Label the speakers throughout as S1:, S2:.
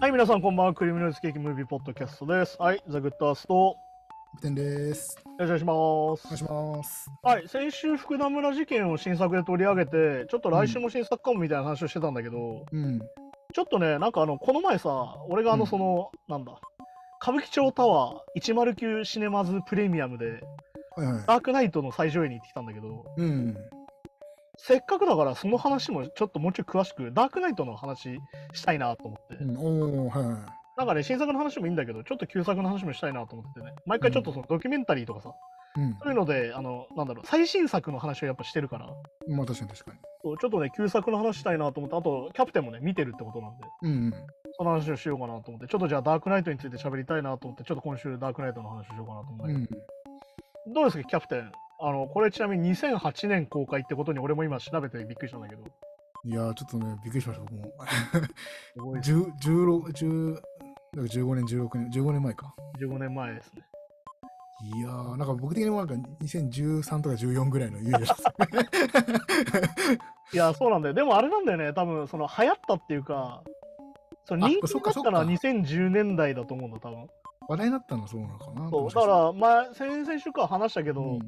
S1: はい、皆さん、こんばんは。クリームノイズケーキムービーポッドキャストです。はい、ザ・グッドアースト、よ
S2: 点です。
S1: ろしくお願いし
S2: お願
S1: ま
S2: い
S1: す
S2: し。ます。
S1: はい、先週、福田村事件を新作で取り上げて、ちょっと来週も新作かもみたいな話をしてたんだけど、
S2: うん。
S1: ちょっとね、なんかあの、この前さ、俺があの、
S2: うん
S1: その、なんだ、歌舞伎町タワー109シネマズプレミアムで、
S2: はいはい。
S1: ダークナイトの最上映に行ってきたんだけど、
S2: うん。
S1: せっかくだから、その話もちょっともうちょい詳しく、ダークナイトの話したいなと思って。
S2: うん、おお、はいはい。
S1: なんかね、新作の話もいいんだけど、ちょっと旧作の話もしたいなと思っててね、毎回ちょっとそのドキュメンタリーとかさ、
S2: うん
S1: そういうので、あの、なんだろう、最新作の話をやっぱしてるから、
S2: まあ、確かに確か
S1: そうちょっとね、旧作の話したいなと思って、あと、キャプテンもね、見てるってことなんで、
S2: に。うん。
S1: その話をしようかなと思って、ちょっとじゃあ、ダークナイトについて喋りたいなと思って、ちょっと今週、ダークナイトの話をしようかなと思うん
S2: う
S1: だけ
S2: ん。
S1: ど、どうですか、キャプテン。あの、これちなみに2008年公開ってことに、俺も今調べてびっくりしたんだけど、
S2: いやー、ちょっとね、びっくりしました、僕も。
S1: すごいです
S2: 10、16、10、なんか15年、16年、15年前か。
S1: 15年前ですね。
S2: いやー、なんか僕的にもなんか2013とか14ぐらいのイメージです。
S1: いや、そうなんだよ。でもあれなんだよね、多分その流行ったっていうか、その
S2: あ
S1: 人気
S2: そっ
S1: にな
S2: か
S1: っ
S2: そったか
S1: のは2010年代だと思うんだ、多分
S2: 話題になったのはそうなのかな。
S1: そう
S2: と
S1: だか
S2: 思い
S1: ら、前、先々週から話したけど、
S2: ま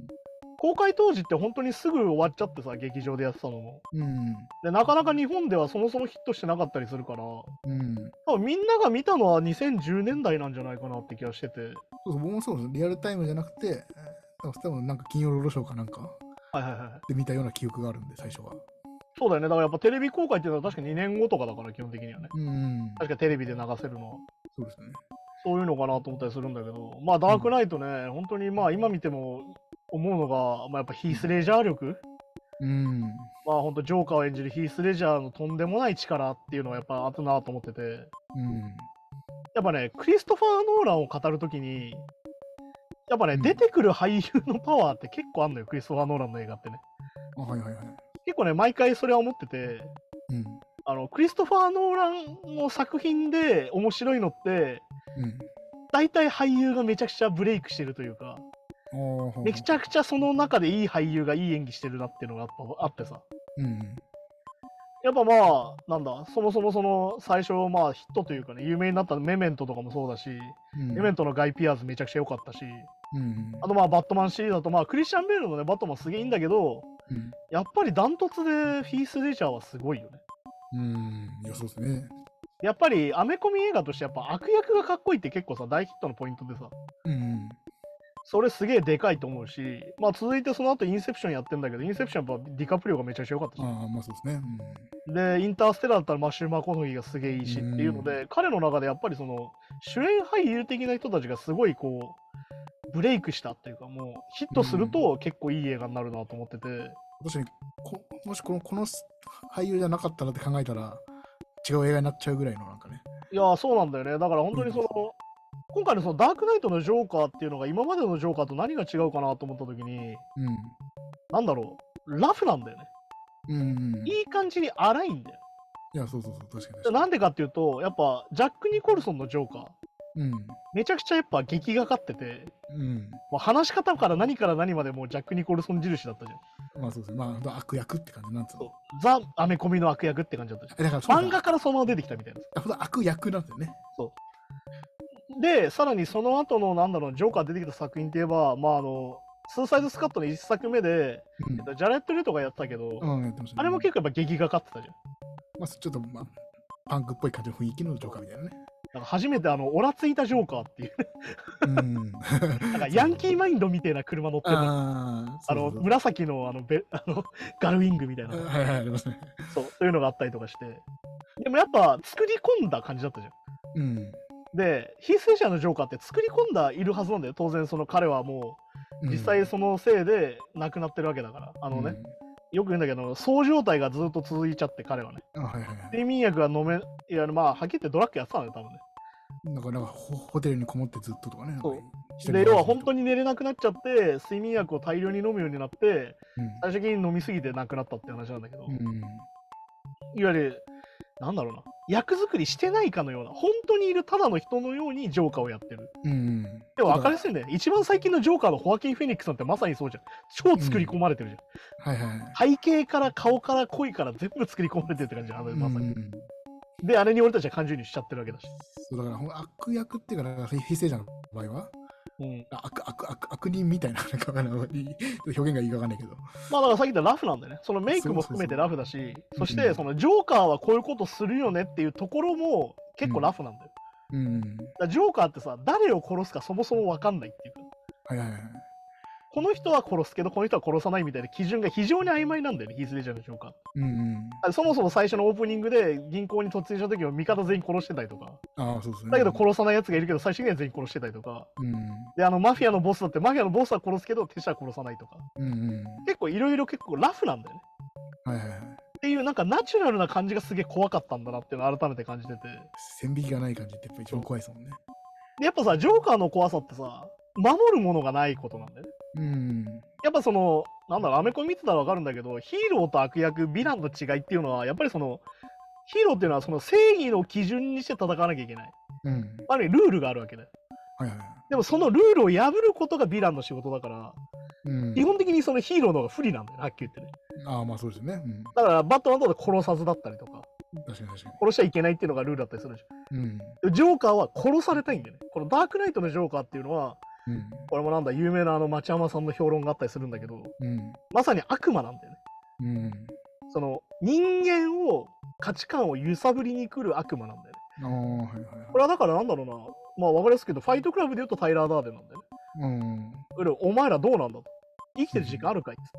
S1: 公開当時って本当にすぐ終わっちゃってさ、劇場でやってたのも。
S2: したうん。
S1: で、なかなか日本ではそもそもヒットしてなかったりするから、
S2: うん。うん。そう
S1: 多分みんなが見たのは2010年代なんじゃないかなって気がしてて、
S2: そう、僕もそうです。リアルタイムじゃなくて、多分多分なんか金曜ロードショーかなんか
S1: はいはいはい。
S2: で見たような記憶があるんで、最初は。
S1: そうだよね、だからやっぱテレビ公開っていうのは確か2年後とかだから、基本的にはね。
S2: うん。
S1: 確かテレビで流せるのは。
S2: そうですね。
S1: そういうのかなと思ったりするんだけど、まあ、ダークナイトね、本当にまあ今見ても思うのが、まあ、やっぱヒース・レジャー力、
S2: うん。
S1: まあ本当、ジョーカーを演じるヒース・レジャーのとんでもない力っていうのはやっぱあったなと思ってて、
S2: うん。
S1: やっぱね、クリストファー・ノーランを語るときに、やっぱね、
S2: うん
S1: 出てくる俳優のパワーって結構あんのよ、クリストファー・ノーランの映画ってね。
S2: あ、はいはいはい。
S1: 結構ね、毎回それは思ってて、
S2: うん。
S1: あのクリストファー・ノーランの作品で面白いのって、
S2: うん。
S1: 大体俳優がめちゃくちゃブレイクしてるというか。
S2: あーはあ
S1: めちゃくちゃその中でいい俳優がいい演技してるなっていうのがやっぱあってさ。
S2: うん。
S1: やっぱまあ、なんだ、そもそもその最初、まあヒットというかね、有名になったメメントとかもそうだし、
S2: うん。
S1: メメントのガイ・ピアーズめちゃくちゃ良かったし、
S2: うん。
S1: あとまあバットマンシリーズだと、まあクリスチャン・ベールのね、バットマンすげえいいんだけど、
S2: うん。
S1: やっぱりダントツでフィース・レジャーはすごいよね。
S2: うん。いや、そうですね。
S1: やっぱりアメコミ映画としてやっぱ悪役がかっこいいって結構さ、大ヒットのポイントでさ、
S2: うん。
S1: それすげえでかいと思うし、まあ続いてその後インセプションやってんだけど、インセプションやっぱディカプリオがめちゃくちゃ良かったし
S2: あ。あ、まあそうですね。
S1: で、インターステラーだったらマシュー・マコノギーがすげえいいしっていうので、彼の中でやっぱりその主演俳優的な人たちがすごいこう、ブレイクしたっていうか、もうヒットすると結構いい映画になるなと思ってて、
S2: うん。確かに、こもしこの、この俳優じゃなかったらって考えたら、違う映画になっちゃうぐらいの、なんかね。
S1: いやー、そうなんだよね。だから本当にその、今回のそのダークナイトのジョーカーっていうのが今までのジョーカーと何が違うかなと思った時に、なんだろう、ラフなんだよね。
S2: うん。うん。い
S1: いい感じに荒いんだよ。
S2: や、そうそうそう、確かに
S1: で
S2: 確か
S1: なんでかっていうと、やっぱジャック・ニコルソンのジョーカー、
S2: に。うん。
S1: めちゃくちゃやっぱ劇がかってて、
S2: うん。
S1: もう話し方から何から何までもうジャック・ニコルソン印だったじゃん。
S2: まあそうですね。まあ、悪役って感じなんつうの。
S1: ザ・アメコミの悪役って感じだったじ
S2: えだから
S1: ゃ
S2: そ
S1: ん。漫
S2: うだ
S1: 画からそのまま出てきたみたいな。
S2: あほんと悪役なんだよね。
S1: で、さらにその後のなんだろう、ジョーカー出てきた作品って言えば、まああの、スーサイドスカットの一作目で、
S2: うん
S1: ジ。ャレット・レトがやってたけど、
S2: うん、やってましたね
S1: あれも結構やっぱ劇がかってたじゃん。
S2: まあ、ちょっと、まあ、パンクっぽい感じの雰囲気のジョーカーみたいなね。
S1: なんか初めてあの、オラついたジョーカーっ ていう、
S2: うん。
S1: なんかヤンキーマインドみたいな車乗って
S2: あ
S1: た。あの、
S2: そうそうそう
S1: 紫のあのベ あのガルウィングみたいな、
S2: うんはいはい、ありますね。
S1: そう、そういうのがあったりとかして。でもやっぱ作り込んだ感じだったじゃん。
S2: うん。
S1: で、ヒース・レジャーのジョーカーって作り込んだいるはずなんだよ。当然、その彼はもう、実際そのせいで亡くなってるわけだから。あ
S2: あ
S1: のね、。よく言うんだけど、そう状態がずっと続いちゃって、彼はね。
S2: うんあはいはいはい。
S1: 睡眠薬が飲め、いや、まあ、はっきり言ってドラッグやってたんだよ、多分ね。
S2: なんか、なんかホ、ホテルにこもってずっととかね。
S1: そう
S2: なん
S1: で、
S2: か
S1: 要は本当に寝れなくなっちゃって、睡眠薬を大量に飲むようになって、最終的に飲みすぎて亡くなったって話なんだけど、
S2: うん。
S1: い
S2: うん。
S1: わゆる、なんだろうな、役作りしてないかのような、本当にいるただの人のようにジョーカーをやってる。
S2: うん。
S1: でも分かり
S2: れ
S1: やすいんだよ。一番最近のジョーカーのホアキン・フェニックスなんてまさにそうじゃん。超作り込まれてるじゃん。
S2: はいはい。
S1: 背景から顔から声から全部作り込まれてるって感じなのよ、まさに。
S2: うん
S1: で、あれに俺たちは感情移入しちゃってるわけだし。
S2: そうだからほん悪役っていうか、なんか非正者の場合は、
S1: うん。
S2: あ悪悪悪悪人みたいな、なんかあのいい表現がいいかわかんないけど、
S1: まあだからさっき言ったラフなんだよね。そのメイクも含めてラフだし、そしてそのジョーカーはこういうことするよねっていうところも結構ラフなんだよ。
S2: うん、
S1: だからジョーカーってさ、誰を殺すかそもそも分かんないっていう
S2: は
S1: か、
S2: いはいはい。
S1: この人は殺すけど、この人は殺さないみたいな基準が非常に曖昧なんだよね、ヒースレジャーのジョーカー。
S2: うんうん、
S1: あそもそも最初のオープニングで銀行に突入した時は味方全員殺してたりとか、
S2: ああ、そうですね。
S1: だけど殺さない奴がいるけど、最終的には全員殺してたりとか、
S2: うん、
S1: で、あのマフィアのボスだって、マフィアのボスは殺すけど、手下は殺さないとか、
S2: うん、うん、
S1: 結構いろいろ結構ラフなんだよね。
S2: はいはいはい。
S1: っていう、なんかナチュラルな感じがすげえ怖かったんだなっていうのを改めて感じてて。
S2: 線引きがない感じってやっぱ一番怖いですもんね。
S1: でやっぱさ、ジョーカーの怖さってさ、守るものがないことなんだよね。
S2: うん、
S1: やっぱその、なんだろう、アメコミ見てたらわかるんだけど、ヒーローと悪役、ヴィランの違いっていうのは、やっぱりその、ヒーローっていうのはその正義の基準にして戦わなきゃいけない。
S2: うん、
S1: ある意味ルールがあるわけだよ。
S2: はいはいはい。
S1: でもそのルールを破ることがヴィランの仕事だから、
S2: うん、
S1: 基本的にそのヒーローの方が不利なんだよね、はっきり言ってね。
S2: ああ、まあそうですよね。うん、
S1: だからバットマンだと殺さずだったりとか、
S2: 確かに確か
S1: 殺しちゃいけないっていうのがルールだったりするでしょ。
S2: に。うん、
S1: でもジョーカーは殺されたいんだよね。このダークナイトのジョーカーっていうのは、
S2: うん、
S1: これもなんだ、有名なあの町山さんの評論があったりするんだけど、
S2: うん、
S1: まさに悪魔なんだよね。
S2: うん。
S1: その人間を価値観を揺さぶりに来る悪魔なんだよね。
S2: ああ、はいはい
S1: これはだからなんだろうな、まあ分かりやすく言うと、ファイトクラブで言うとタイラー・ダーデンなんだよね。
S2: はい。うん。
S1: いわゆるお前らどうなんだと。生きてる時間あるかいっつって。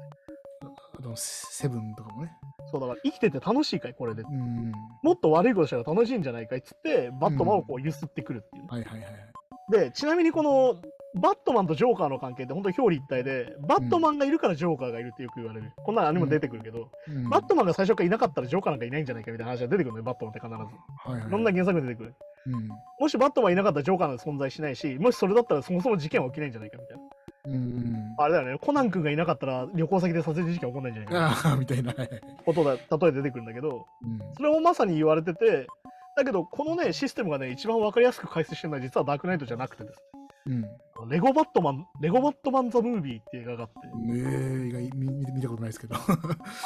S2: あと、セブンとかもね。
S1: そうだから生きてて楽しいかいこれで。
S2: うん。
S1: もっと悪いことしたら楽しいんじゃないかいっつって、バットマンをこう揺すってくるっていうね、
S2: はいはいはい。
S1: で、ちなみにこの、バットマンとジョーカーの関係って本当に表裏一体で、バットマンがいるからジョーカーがいるってよく言われる。こんなのにも出てくるけど、
S2: うん、
S1: バットマンが最初からいなかったらジョーカーなんかいないんじゃないかみたいな話が出てくるのよ、バットマンって必ず。
S2: はいはい
S1: ろんな原作が出てくる。
S2: うん
S1: もしバットマンいなかったらジョーカーなんて存在しないし、もしそれだったらそもそも事件は起きないんじゃないかみたいな。
S2: うん。
S1: あれだよね、コナン君がいなかったら旅行先で殺人事件起こんないんじゃないかみたい
S2: ああ、みたいな。はいはい
S1: なことだ、例え出てくるんだけど、
S2: うん。
S1: それもまさに言われてて、だけどこのね、システムがね、一番わかりやすく解説してるのは実はダークナイトじゃなくてですね
S2: うん。
S1: レゴバットマン、レゴバットマン・ザ・ムービーっていう映画があって、
S2: ええ意外見見見たことないですけ ど。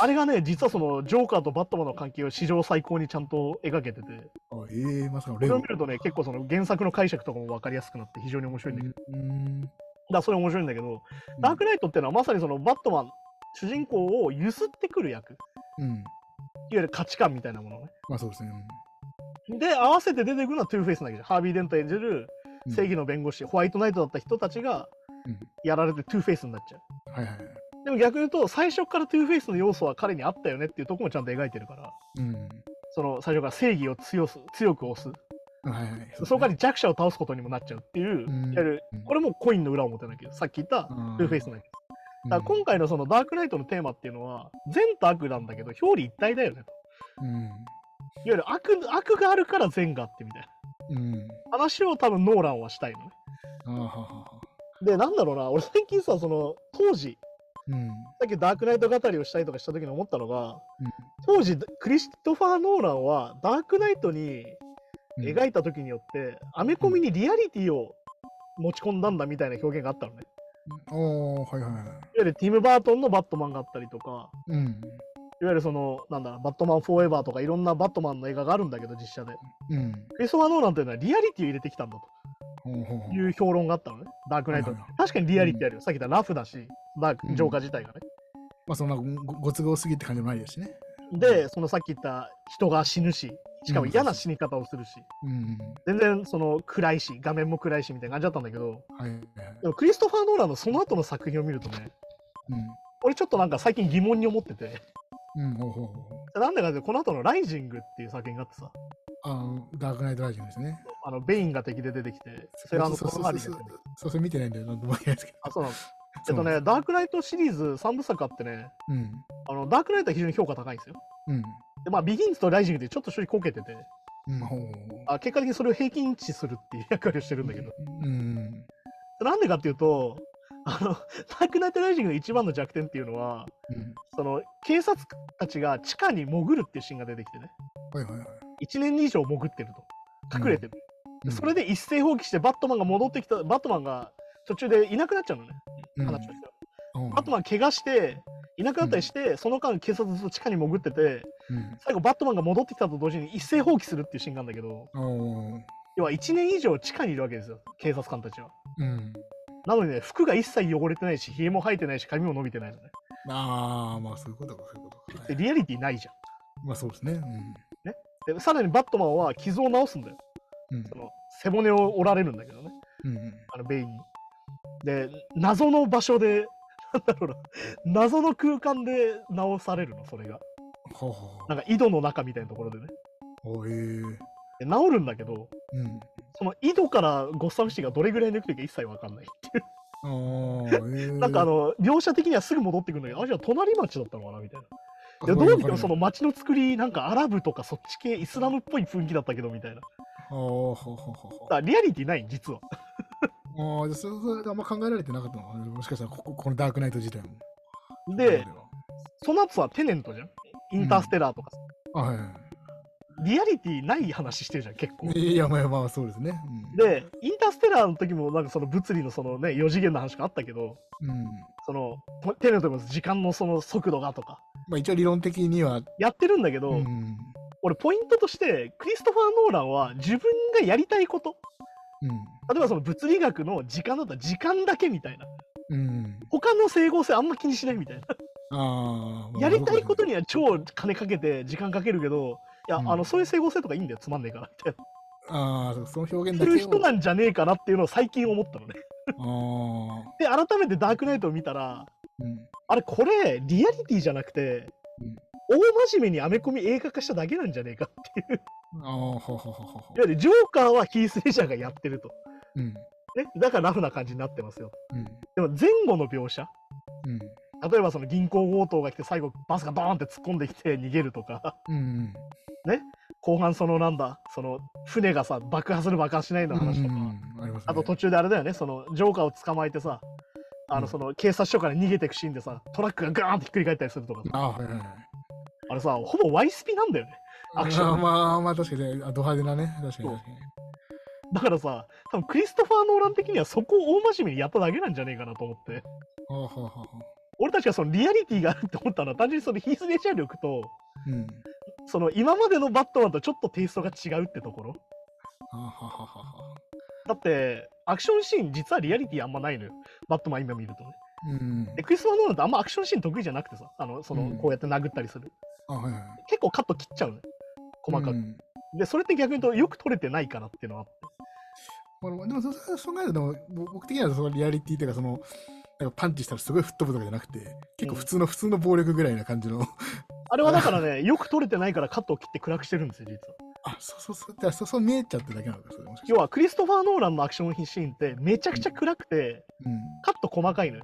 S1: あれがね、実はそのジョーカーとバットマンの関係を史上最高にちゃんと描けてて、
S2: あええまさかの
S1: そ
S2: レ
S1: れを
S2: ゴ
S1: 見。るとね、結構その原作の解釈とかも分かりやすくなって非常に面白いんだけど、だか
S2: うん。
S1: らそれ面白いんだけど、ダークナイトっていうのはまさにそのバットマン、主人公を揺すってくる役、いわ
S2: うん。
S1: ゆる価値観みたいなものね。
S2: まあそうですね。
S1: で、合わせて出てくるのはトゥーフェイスなわけじゃん。ハービー・デント演じる
S2: うん
S1: 正義の弁護士、ホワイトナイトだった人たちが
S2: うん
S1: やられてトゥーフェイスになっちゃう。
S2: はいはい。
S1: でも逆に言うと、最初からトゥーフェイスの要素は彼にあったよねっていうところもちゃんと描いてるから。
S2: うん。
S1: その最初から正義を強す強く押す、
S2: はいはい。
S1: そこから弱者を倒すことにもなっちゃうってい
S2: う
S1: う、
S2: ん
S1: いわゆる
S2: うん
S1: これもコインの裏表なんだけど、さっき言った
S2: う
S1: ルーフェイスなんだけど、だから今回のそのダークナイトのテーマっていうのは、善と悪なんだけど、表裏一体だよねと。
S2: うん。
S1: いわゆる悪悪があるから善があってみたいな
S2: うん。
S1: 話を多分ノーランはしたいのね。
S2: ああ、はは。
S1: で、なんだろうな、俺最近さ、その当時、
S2: うん。
S1: さっきダークナイト語りをしたりとかした時に思ったのが、当時、クリストファー・ノーランはダークナイトに描
S2: い
S1: いた時によってアメコミにリアリティを持ち込んだんだみたいな表現があったのね。いわ
S2: おおはいはいはい。
S1: ゆるティム・バートンのバットマンがあったりとか、
S2: うん。
S1: いわゆるその、なんだ、バットマン・フォーエバーとかいろんなバットマンの映画があるんだけど、実写で。
S2: うん。
S1: クリストファー・ノーランというのはリアリティを入れてきたんだ
S2: ほうほう
S1: という評論があったのね。ダークナイトに
S2: はいは。
S1: 確かにリアリティあるよ。さっき言ったラフだし、ダーク、ジョーカー自体がね。
S2: まあそんなごご都合すぎって感じもないですしね。
S1: で、そのさっき言った人が死ぬし、しかも嫌な死に方をするし、
S2: うん。
S1: 全然その暗いし、画面も暗いしみたいな感じだったんだけど、
S2: はいはいはい。
S1: でもクリストファー・ノーランのその後の作品を見るとね、俺ちょっとなんか最近疑問に思ってて、
S2: うん。うん、ほうほうほう。
S1: なんでかっていうとこの後の「ライジング」っていう作品があってさ、
S2: あの、ダークナイトライジングですね。
S1: あのベインが敵で出てきて、セラーの
S2: そう
S1: コ
S2: そ
S1: ロ
S2: う
S1: ナ
S2: そうそ
S1: リ
S2: う
S1: やってる。
S2: そうそう見てないんで、なんとも言えないですけど。
S1: あ、そうなんです。え
S2: そ
S1: っ
S2: うな
S1: と
S2: ん
S1: ね、
S2: です。
S1: ダークナイトシリーズ3部作あってね、あのダークナイトは非常に評価高いんですよ。
S2: うん。うん。
S1: で、まあ、ビギンズとライジングでちょっと正直こけてて、
S2: うん、ほうほう
S1: あ結果的にそれを平均値するっていう役割をしてるんだけど、
S2: うん。
S1: なんでかっていうと、あの、ダークナイトライジングの一番の弱点っていうのは、
S2: うん。
S1: その警察たちが地下に潜るっていうシーンが出てきてね、
S2: はいはいはい。
S1: 1年以上潜ってると、隠れてる。
S2: うん
S1: それ、で一斉放棄してバットマンが戻ってきたバットマンが途中でいなくなっちゃうのね
S2: うん
S1: 話としては、
S2: うん
S1: バットマン怪我していなくなったりして、その間警察ずっと地下に潜ってて
S2: うん
S1: 最後バットマンが戻ってきたと同時に一斉放棄するっていうシーンがあるんだけど
S2: おー
S1: 要は1年以上地下にいるわけですよ警察官たちは
S2: うん。
S1: なのにね服が一切汚れてないしひげも生えてないし髪も伸びてないのね
S2: ああ、まあそういうことか、そういうことか。は
S1: で
S2: い
S1: リアリティないじゃ
S2: まあそうですね。うん
S1: んでさらにバットマンは傷を治すんだよ
S2: うん
S1: その背骨を折られるんだけどね
S2: うん
S1: あのベインに。で、謎の場所で、 なんだろうな、謎の空間で直されるの、それが。
S2: ほうほう
S1: なんか井戸の中みたいなところでね。
S2: ほう。おえー。
S1: で治るんだけど、
S2: うん。
S1: その井戸からゴッサムシティがどれぐらい抜くときか一切わかんないっていう。
S2: あーえー、
S1: なんかあの、描写的にはすぐ戻ってくるんだけど、あ、じゃあ隣町だったのかなみたいな。いやどう見てもその町の作り、なんかアラブとかそっち系、イスラムっぽい雰囲気だったけどみたいな。だか
S2: おおほうほうほうほう
S1: らリアリティない、実は。
S2: ああ、じゃあそれそれがあんま考えられてなかったのかなもしかしたらこここのダークナイト自体も。
S1: で、、その後はテネントじゃん。インターステラーとかさ。
S2: あはいは
S1: リアリティない話してるじゃん、結構。
S2: い。いや、まあまあそうですね。うん、
S1: で、インターステラーの時も、なんかその物理のそのね、4次元の話があったけど、
S2: うん、
S1: その、テレビとか時間のその速度がとか、
S2: まあ一応理論的には、
S1: やってるんだけど、
S2: うん。
S1: 俺ポイントとして、クリストファー・ノーランは自分がやりたいこと、
S2: うん。
S1: 例えばその物理学の時間だったら時間だけみたいな、
S2: うん。
S1: 他の整合性あんま気にしないみたいな、
S2: ああ。
S1: やりたいこと
S2: に。
S1: には超金かけて時間かけるけど、いや、
S2: うん
S1: あの、そういう整合性とかいいんだよ、つまんねえからって。
S2: ああ、その表現
S1: す
S2: だけを
S1: る人なんじゃねえかなっていうのを最近思ったのね。
S2: ああ。
S1: で、改めてダークナイトを見たら、
S2: うん。
S1: あれこれリアリティじゃなくて、
S2: うん
S1: 大真面目にアメコミ映画化しただけなんじゃねえかっていう。
S2: ああ、ほうほうほうほうほ
S1: いわゆるジョーカーはヒース・レジャーがやってると。
S2: う。うん。
S1: ね、だからラフな感じになってますよ。
S2: うん。
S1: でも前後の描写、
S2: うん。
S1: 例えばその銀行強盗が来て最後バスがバーンって突っ込んできて逃げるとか、
S2: うん。
S1: 後半そのなんだ、その船がさ爆破する爆破しないの話とか、
S2: ありますね。
S1: あと途中であれだよね、そのジョーカーを捕まえてさ、あ
S2: う
S1: の
S2: ん
S1: その警察署から逃げてくシーンでさ、トラックがガーンってひっくり返ったりするとかさ、
S2: ああ、はいはいはい。
S1: あれさ、ほぼワイスピなんだよね。アクション
S2: あーまあまあ確かに、あド派手なね。確かに
S1: そう
S2: 確かに。
S1: だからさ、多分クリストファー・ノーラン的にはそこを大真面目にやっただけなんじゃねえかなと思って。
S2: ほうほうほうほ
S1: 俺たちがそのリアリティがあるって思ったのは単純にそのヒース・レジャー力と、
S2: う。うん。
S1: その今までのバットマンとちょっとテイストが違うってところ。
S2: あーはははは。
S1: だって、アクションシーン実はリアリティあんまないのよ。バットマン今見るとね。
S2: うん。
S1: で、クリストファー・ノーランってあんまアクションシーン得意じゃなくてさ、あの、その
S2: うん
S1: こうやって殴ったりする。
S2: あはいはい。
S1: 結構カット切っちゃうのよ。細かく、
S2: うん
S1: で、それって逆に言うとよく撮れてないからっていうのはあって。
S2: まあ、でもそそそう考えるとでもぼ僕的にはそのリアリティというかそのなんかパンチしたらすごい吹っ飛ぶとかじゃなくて結構普通の、普通の暴力ぐらいな感じの
S1: あれはだからね、よく撮れてないからカットを切って暗くしてるんですよ、実は。
S2: あそうそうそうだからそうそう見えちゃってるだけなのかそれもしかして
S1: 要はクリストファー・ノーランのアクションシーンってめちゃくちゃ暗くてカット細かいのよ。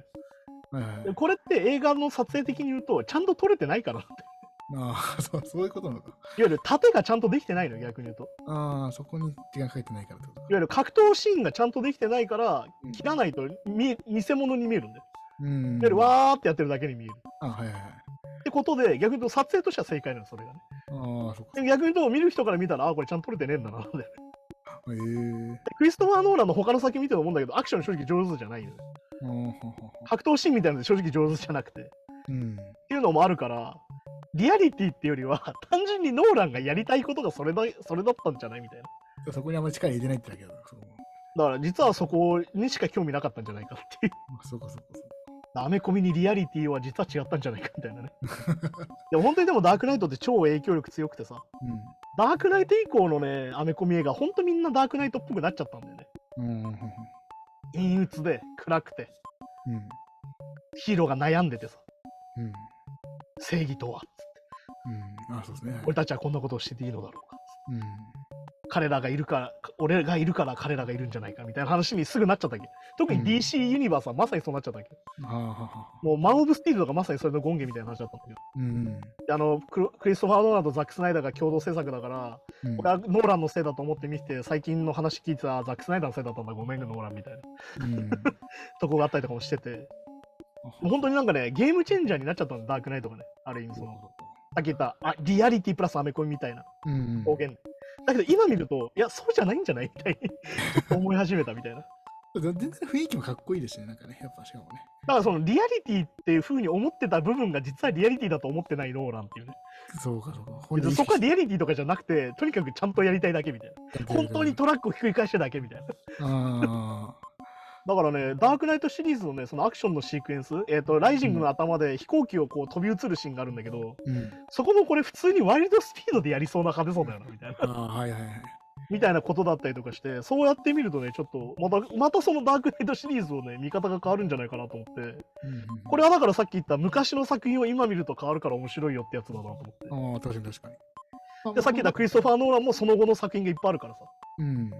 S2: うんはいはい
S1: でこれって映画の撮影的に言うとちゃんと撮れてないからって。
S2: ああ そうそういうことなのか
S1: いわゆる縦がちゃんとできてないのよ逆に言うと。
S2: ああそこに時間かけてないからってことか
S1: いわゆる格闘シーンがちゃんとできてないから
S2: うん
S1: 切らないと見偽物に見えるんだよ。
S2: うん
S1: いわゆるわーってやってるだけに見える。
S2: あはいはいはい
S1: ってことで逆に言うと撮影としては正解なのそれがね。
S2: ああそっか
S1: で逆に言うと見る人から見たらあーこれちゃんと撮れてねえんだなって。で
S2: ええー、
S1: クリストファー・ノーランの他の先見てると思うんだけどアクション正直上手じゃないのよ。
S2: あーほうほうほ
S1: 格闘シーンみたいなので正直上手じゃなくて。
S2: ううん
S1: っていうのもあるからリアリティっていうよりは 単純にノーランがやりたいことがそれだそれだったんじゃないみたいな
S2: そこにあんまり力入れてないってだけだなそこ
S1: だから実はそこにしか興味なかったんじゃないかっていう
S2: あそうかそうかそうか
S1: アメコミにリアリティは実は違ったんじゃないかみたいなねでも本当にでもダークナイトって超影響力強くてさダークナイト以降のねアメコミ映画ほんとみんなダークナイトっぽくなっちゃったんだよね
S2: うんうんうん
S1: 陰鬱で暗くて
S2: うん
S1: ヒーローが悩んでてさ
S2: うん
S1: 正義とは
S2: うんあそうですねはい
S1: 俺たちはこんなことをしてていいのだろうか
S2: うん
S1: 彼らがいるから俺がいるから彼らがいるんじゃないかみたいな話にすぐなっちゃったわけ特
S2: う
S1: に
S2: ん
S1: DC ユニバースはまさにそうなっちゃったわけ、
S2: はあはあはあ
S1: もうマン・オブ・スティールとかまさにそれの権限みたいな話だったんだけど
S2: うん。
S1: であのクロクリストファー・ノーランとザック・スナイダーが共同制作だから、
S2: うん
S1: 俺はノーランのせいだと思って見て最近の話聞いてたザック・スナイダーのせいだったんだごめんねノーランみたいな
S2: うん
S1: とこがあったりとかもしててもう本当になんかねゲームチェンジャーになっちゃったのダークナイトがねある意味そのさっき言ったあリアリティプラスアメコミみたいな
S2: うん。
S1: 表現だけど今見るといやそうじゃないんじゃないみたいにちょっと思い始めたみたいな
S2: 全然雰囲気もかっこいいですね、なんかね、やっぱしかもね。
S1: だからそのリアリティっていうふうに思ってた部分が実はリアリティだと思ってないローランっていうね。
S2: そうか、そうか。本
S1: そこはリアリティとかじゃなくて、とにかくちゃんとやりたいだけみたいな。本当に。トラックをひっくり返してるだけみたいな。
S2: あ
S1: だからね、ダークナイトシリーズのね、そのアクションのシークエンス、えっ、と、ライジングの頭で飛行機をこう飛び移るシーンがあるんだけど、
S2: ーうん。
S1: そこもこれ普通にワイルドスピードでやりそうな派手そうだよな、みたいな。
S2: ああ、はいはいはい。
S1: みたいなことだったりとかして、そうやってみるとね、ちょっと、また、またそのダークナイトシリーズをね、見方が変わるんじゃないかなと思って、
S2: うんうんうん
S1: これはだからさっき言った昔の作品を今見ると変わるから面白いよってやつだなと思って。
S2: ああ、確かに確かに。
S1: で、さっき言ったクリストファー・ノーランもその後の作品がいっぱいあるからさ。
S2: うん。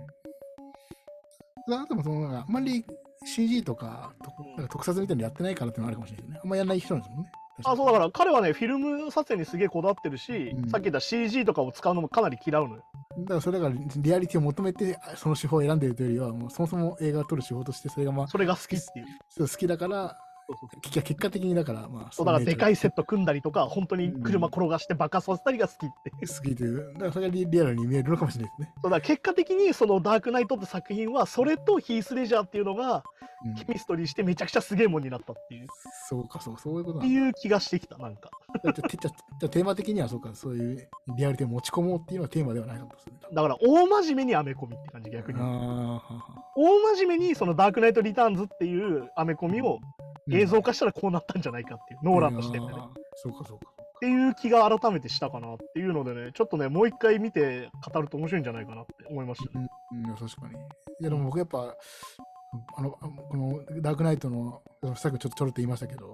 S2: あともそのなんかあんまり CG とかと
S1: うん
S2: なんか特撮みたいなのやってないからっていうのもあるかもしれないけどね。あんまやらない人なんですもんね。
S1: あそうだから彼はね、フィルム撮影にすげえこだわってるし、
S2: うん
S1: さっき言った CG とかを使うのもかなり嫌うのよ。
S2: だからそれだからリアリティを求めてあその手法を選んでるというよりはもうそもそも映画を撮る手法としてそれがまあ
S1: それが好きっていう。
S2: そう好きだから
S1: そうそうそう
S2: 結局結果的にだからまあ
S1: そうだからでかい
S2: 好
S1: セット組んだりとか、本当に車転がして爆発させたりが好きって。
S2: きというだからそれがリリアルに見えるのかもしれないですね。
S1: そうだから結果的にそのダークナイトって作品は、それとヒース・レジャーっていうのが
S2: うん
S1: ケミストリーしてめちゃくちゃすげえもんになったっていう。
S2: そうかそうそういうこと
S1: っ
S2: な
S1: て
S2: んだ
S1: いう気がしてきた、なんか。
S2: だっててじゃあじゃあテーマ的にはそうかそういうリアリティを持ち込もうっていうのはテーマではないかもしれない。
S1: だから大真面目にアメコミって感じ、逆に
S2: あ。あはは
S1: 大真面目にそのダークナイト・リターンズっていうアメコミを映像化したらこうなったんじゃないかっていう、ノーランの視点でね。
S2: あーそうかそうか。
S1: っていう気が改めてしたかなっていうのでね、ちょっとね、もう一回見て語ると面白いんじゃないかなって思いましたね。
S2: うん、うん確かに。いやでも僕やっぱ、あの、あのこのダークナイトの、さっきちょっとちょろっと言いましたけど、
S1: ん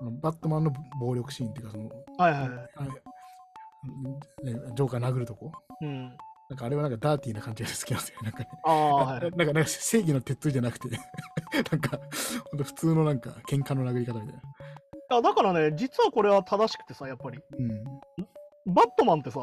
S2: あのバットマンの暴力シーンっていうか、その、
S1: はいはいはい。
S2: あれうんねジョーカー殴るとこ。
S1: うん。
S2: なんかあれはなんかダーティーな感じが好きなんですよね。なんかね。
S1: ああ、はいは。
S2: ないんかなんか正義の鉄槌じゃなくて、 なんか、ほんと普通のなんか喧嘩の殴り方みたいな。
S1: あだからね、実はこれは正しくてさ、やっぱり。
S2: うん。
S1: バットマンってさ、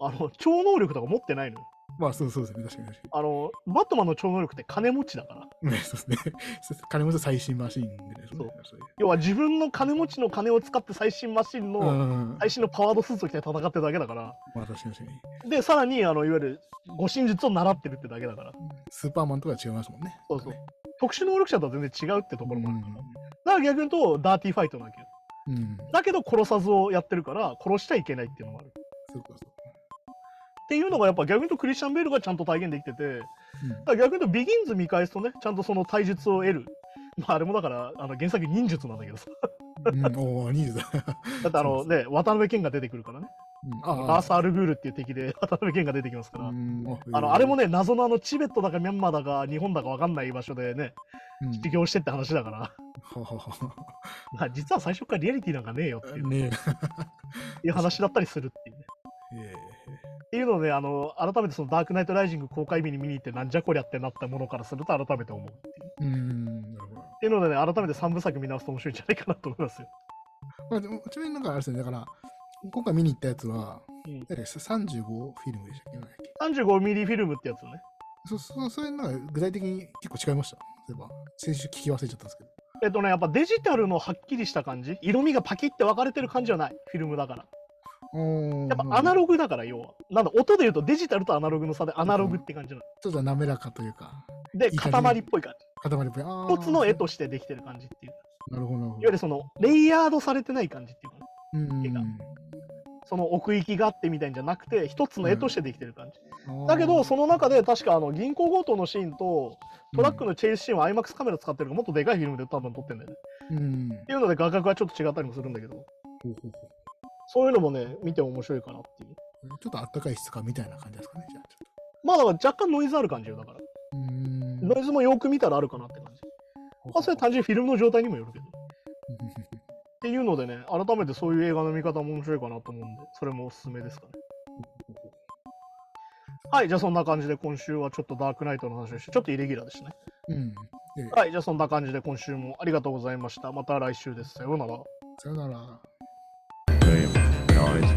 S1: あの、超能力とか持ってないのよ。
S2: まあそうそうですね。確かに確か
S1: あの、バットマンの超能力って金持ちだから。
S2: に。ね、そうですね。 金持ちの最新マシーンでね。
S1: そう
S2: そう
S1: 要は自分の金持ちの金を使って最新マシ
S2: い
S1: ン
S2: う。う
S1: の、
S2: んうんうん。
S1: 最新のパワードスーツを着て戦ってるだけだから。
S2: まあ確かに確かに。
S1: で、さらに、あの、いわゆる護身術を習ってるってだけだから。
S2: スーパーマンとか違いますもんね。
S1: そうそう
S2: なんかね
S1: 特殊能力者とは全然違うってところもあるから。
S2: う
S1: だから逆に言うと、ダーティーファイトなわけよ。
S2: ん。うん。
S1: だけど殺さずをやってるから、殺しちゃいけないっていうのもある。っ
S2: そうかそうか。
S1: ていうのがやっぱ逆に言うとクリスチャン・ベールがちゃんと体現できてて、だから逆に言うとビギンズ見返すとね、ちゃんとその体術を得る。まああれもだから、あの原作忍術なんだけどさ。
S2: うん。うん、おお、ニーズだ。
S1: だってあのね、渡辺謙が出てくるからね。
S2: うん、あ
S1: アーサー・ルグールっていう敵で 渡辺謙が出てきますから。
S2: うん
S1: あのあれも、ね、謎のあのチベットだかミャンマーだか日本だか分かんない場所でね、
S2: うん、
S1: 修行してって話だから、
S2: ははは
S1: まあ実は最初からリアリティなんかねえよっていう
S2: ね
S1: いう話だったりするっていうね。
S2: え。え
S1: っていうので、あの、改めてそのダークナイトライジング公開日に見に行って、なんじゃこりゃってなったものからすると改めて思うっていう。っ
S2: えうん、なるほど。
S1: ていうのでね、改めて3部作見直すと面白いんじゃないかなと思いますよ。
S2: まあ、でもちなみになんかあれですね、だから、今回見に行ったやつは、
S1: うん
S2: 誰だっけ35フィルムでしたっけなんだっけ
S1: 35ミリフィルムってやつね。
S2: そそそういうのが具体的に結構違いました。例えば、先週聞き忘れちゃったんですけど。
S1: えっとね、やっぱデジタルのはっきりした感じ、色味がパキって分かれてる感じはない、フィルムだから。
S2: お
S1: やっぱアナ
S2: グ。
S1: ログだから、要は。なんだ、音で言うとデジタルとアナログの差でアナログって感じなの。
S2: ちょっと滑らかというか、
S1: で、
S2: いい感じ
S1: 塊っぽい感じ。
S2: 塊っぽい。あー
S1: 一つの絵。としてできてる感じっていう。い
S2: なるほど、なるほ
S1: わゆ
S2: ど
S1: るその、レイヤードされてない感じっていうかね。
S2: うんうん
S1: 絵がその奥行きがあってみたいんじゃなくて、一つの絵としてできてる感じ。
S2: うん。
S1: だけ
S2: あ
S1: ど、
S2: ー
S1: その中で確かあの銀行強盗のシーンとトラックのチェイスシーンは IMAX カメラ使ってるからもっとでかいフィルムで多分撮ってんだよね。
S2: うん。
S1: っていうので画角はちょっと違ったりもするんだけど、
S2: ほうほうほ
S1: そういうのもね、見ても面白いかなっていう。
S2: うちょっとあったかい質感みたいな感じですかね、じゃあちょっ
S1: まあだから若干ノイズある感じよ、だから。
S2: と。うーん。
S1: ノイズもよく見たらあるかなって感じ。まあそれは単純にフィルムの状態にもよるけど。っ
S2: うんうんうん
S1: ていうのでね、改めてそういう映画の見方も面白いかなと思うんで、それもおすすめですかね。はい、じゃあそんな感じで今週はちょっとダークナイトの話をして、ちょっとイレギュラーでしたね。
S2: うん。で
S1: はい、じゃあそんな感じで今週もありがとうございました。また来週です。さようなら。
S2: さよなら。
S3: Game noise.